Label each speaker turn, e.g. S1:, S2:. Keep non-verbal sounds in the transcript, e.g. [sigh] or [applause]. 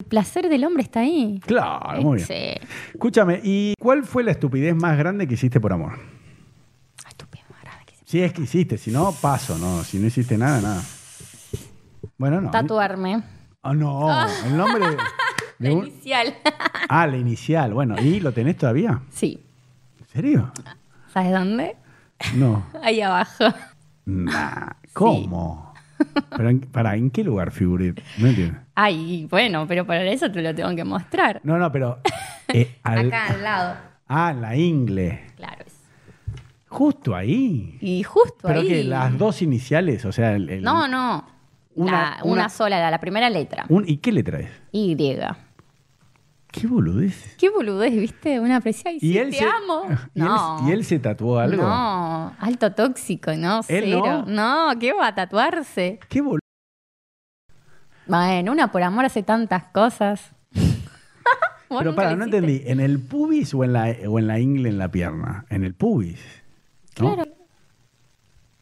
S1: El placer del hombre está ahí.
S2: Claro, Ah, muy bien.
S1: Sí.
S2: Escúchame, ¿y cuál fue la estupidez más grande que hiciste por amor?
S1: Ay, estúpido, más grave que se-
S2: Si es que hiciste, si no, paso, no. Si no hiciste nada, nada. Bueno, no.
S1: Tatuarme.
S2: Ah, no, el nombre
S1: [laughs]
S2: de- de un-
S1: Inicial.
S2: Ah, la inicial. Bueno, ¿y lo tenés todavía?
S1: [laughs] sí.
S2: ¿En serio?
S1: ¿Sabes dónde?
S2: No.
S1: Ahí abajo.
S2: Nah, ¿Cómo? Pero, en- pará, ¿en qué lugar figuré? No entiendo.
S1: Ay, bueno, pero para eso te lo tengo que mostrar.
S2: No, no, pero... eh,
S1: [laughs]
S2: al-
S1: Acá al lado.
S2: Ah, en la ingle.
S1: Claro. es-
S2: Justo ahí.
S1: Y justo
S2: Pero
S1: ahí.
S2: que las dos iniciales, o sea... El, el-
S1: No, no.
S2: Una-
S1: La- una,
S2: una-
S1: sola, la, la primera letra.
S2: un- ¿Y qué le traes?
S1: Y.
S2: ¿Qué boludez?
S1: Qué boludez, viste, una presión. Y sí, te
S2: se-
S1: amo.
S2: [laughs] ¿Y, él-
S1: no.
S2: y él, se tatuó algo?
S1: No, alto tóxico, no,
S2: ¿Él
S1: cero. No? ¿qué va a tatuarse?
S2: ¿Qué boludo?
S1: Bueno, una por amor hace tantas cosas. ¿Vos
S2: Pero
S1: nunca
S2: para,
S1: lo
S2: no
S1: hiciste?
S2: entendí. ¿En el pubis o en la, o en la ingle en la pierna? En el pubis. ¿no?
S1: Claro,